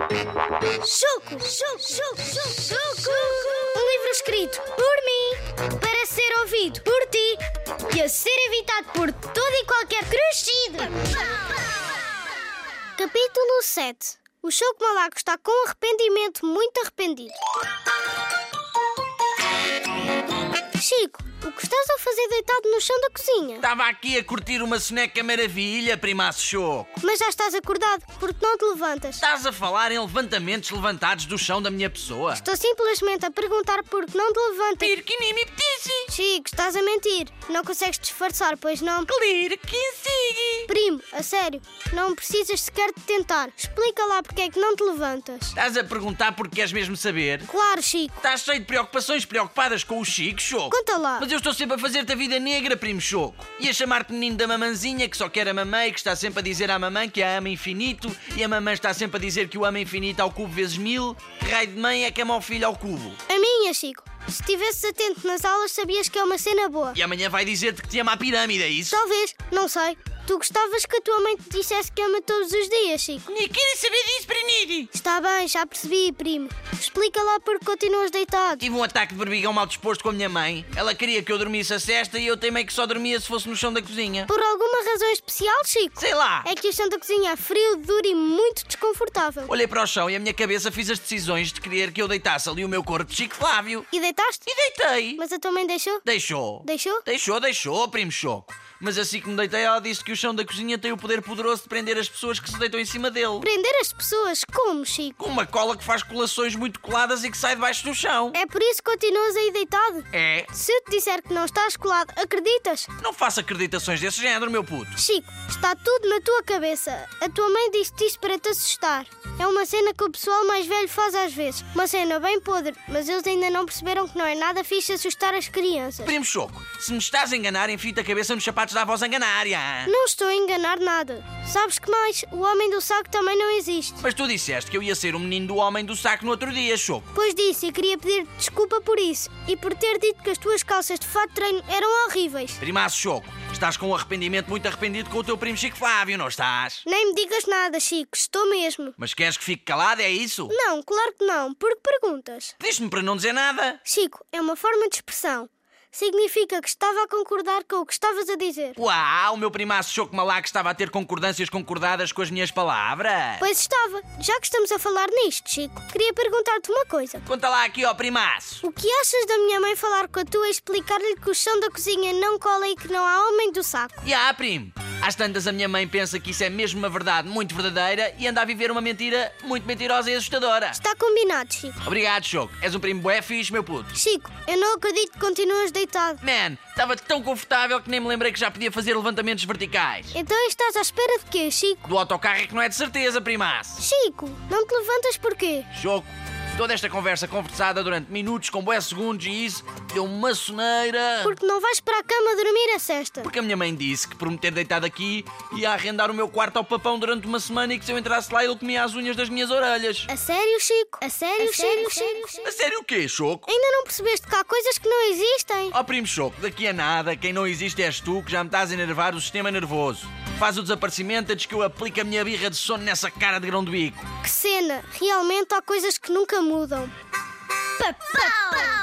Chuco, chuco, chuco, chuco, chuco. Um livro escrito por mim, para ser ouvido por ti e a ser evitado por todo e qualquer crescido. Capítulo 7. O Choco Malaco está com arrependimento, muito arrependido. Chico, o que estás a fazer deitado no chão da cozinha? Estava aqui a curtir uma soneca maravilha, primaço choco. Mas já estás acordado, porque não te levantas. Estás a falar em levantamentos levantados do chão da minha pessoa. Estou simplesmente a perguntar por que não te levantas. Pirquinimi petisi, Chico, estás a mentir. Não consegues disfarçar, pois não? clear quinsigi. Primo, a sério, não precisas sequer de tentar. Explica lá porque é que não te levantas. Estás a perguntar porque queres mesmo saber? Claro, Chico. Estás cheio de preocupações preocupadas com o Chico, choco. Conta lá. Mas eu estou sempre a fazer-te a vida negra, primo choco. E a chamar-te menino da mamãzinha que só quer a mamãe, que está sempre a dizer à mamãe que a ama infinito, e a mamãe está sempre a dizer que o ama infinito ao cubo vezes mil. Que Raio de mãe é que ama o filho ao cubo. A minha, Chico. Se estivesses atento nas aulas, sabias que é uma cena boa. E amanhã vai dizer-te que te ama a pirâmide, é isso? Talvez, não sei. Tu gostavas que a tua mãe te dissesse que ama todos os dias, Chico. Nem quero saber disso, Brenidi. Está bem, já percebi, primo. Explica lá porque continuas deitado. Tive um ataque de berbigão mal disposto com a minha mãe. Ela queria que eu dormisse a cesta e eu teimei que só dormia se fosse no chão da cozinha. Por alguma razão especial, Chico? Sei lá. É que o chão da cozinha é frio, duro e muito desconfortável. Olhei para o chão e a minha cabeça fiz as decisões de querer que eu deitasse ali o meu corpo de Chico Flávio. E deitaste? E deitei. Mas a tua mãe deixou? Deixou. Deixou? Deixou, deixou, primo choco. Mas assim que me deitei, ela disse que o chão da cozinha tem o poder poderoso de prender as pessoas que se deitam em cima dele. Prender as pessoas como, Chico? Com uma cola que faz colações muito coladas e que sai debaixo do chão. É por isso que continuas aí deitado? É. Se eu te disser que não estás colado, acreditas? Não faça acreditações desse género, meu puto. Chico, está tudo na tua cabeça. A tua mãe disse-te isto para te assustar. É uma cena que o pessoal mais velho faz às vezes. Uma cena bem podre, mas eles ainda não perceberam que não é nada fixe assustar as crianças. Primo Choco, se me estás a enganar, enfio-te a cabeça nos sapatos da voz enganária. Não estou a enganar nada. Sabes que mais? O homem do saco também não existe. Mas tu disseste que eu ia ser o menino do homem do saco no outro dia, Choco. Pois disse e queria pedir desculpa por isso e por ter dito que as tuas calças de fato de treino eram horríveis. Primaço Choco, estás com um arrependimento muito arrependido com o teu primo Chico Flávio, não estás? Nem me digas nada, Chico, estou mesmo. Mas queres que fique calado, é isso? Não, claro que não, porque perguntas. Pediste-me para não dizer nada. Chico, é uma forma de expressão. Significa que estava a concordar com o que estavas a dizer. Uau, o meu primaço Choco Malaco estava a ter concordâncias concordadas com as minhas palavras. Pois estava. Já que estamos a falar nisto, Chico, queria perguntar-te uma coisa. Conta lá aqui, ó primaço. O que achas da minha mãe falar com a tua e explicar-lhe que o chão da cozinha não cola e que não há homem do saco? E ah, primo, às tantas a minha mãe pensa que isso é mesmo uma verdade muito verdadeira e anda a viver uma mentira muito mentirosa e assustadora. Está combinado, Chico. Obrigado, Choco. És um primo bué fixe, meu puto. Chico, eu não acredito que continuas deitado. Man, estava tão confortável que nem me lembrei que já podia fazer levantamentos verticais. Então estás à espera de quê, Chico? Do autocarro é que não é de certeza, primaço. Chico, não te levantas porquê? Choco, toda esta conversa conversada durante minutos com bué segundos e isso deu-me uma soneira. Porque não vais para a cama dormir a cesta. Porque a minha mãe disse que por me ter deitado aqui ia arrendar o meu quarto ao papão durante uma semana e que se eu entrasse lá ele comia as unhas das minhas orelhas. A sério, Chico? A sério, Chico, Chico? A sério o quê, Choco? Ainda não percebeste que há coisas que não existem? Ó primo Choco, daqui a nada, quem não existe és tu que já me estás a enervar o sistema nervoso. Faz o desaparecimento antes que eu aplique a minha birra de sono nessa cara de grão de bico. Que cena! Realmente há coisas que nunca mudam. Pa, pa, pa.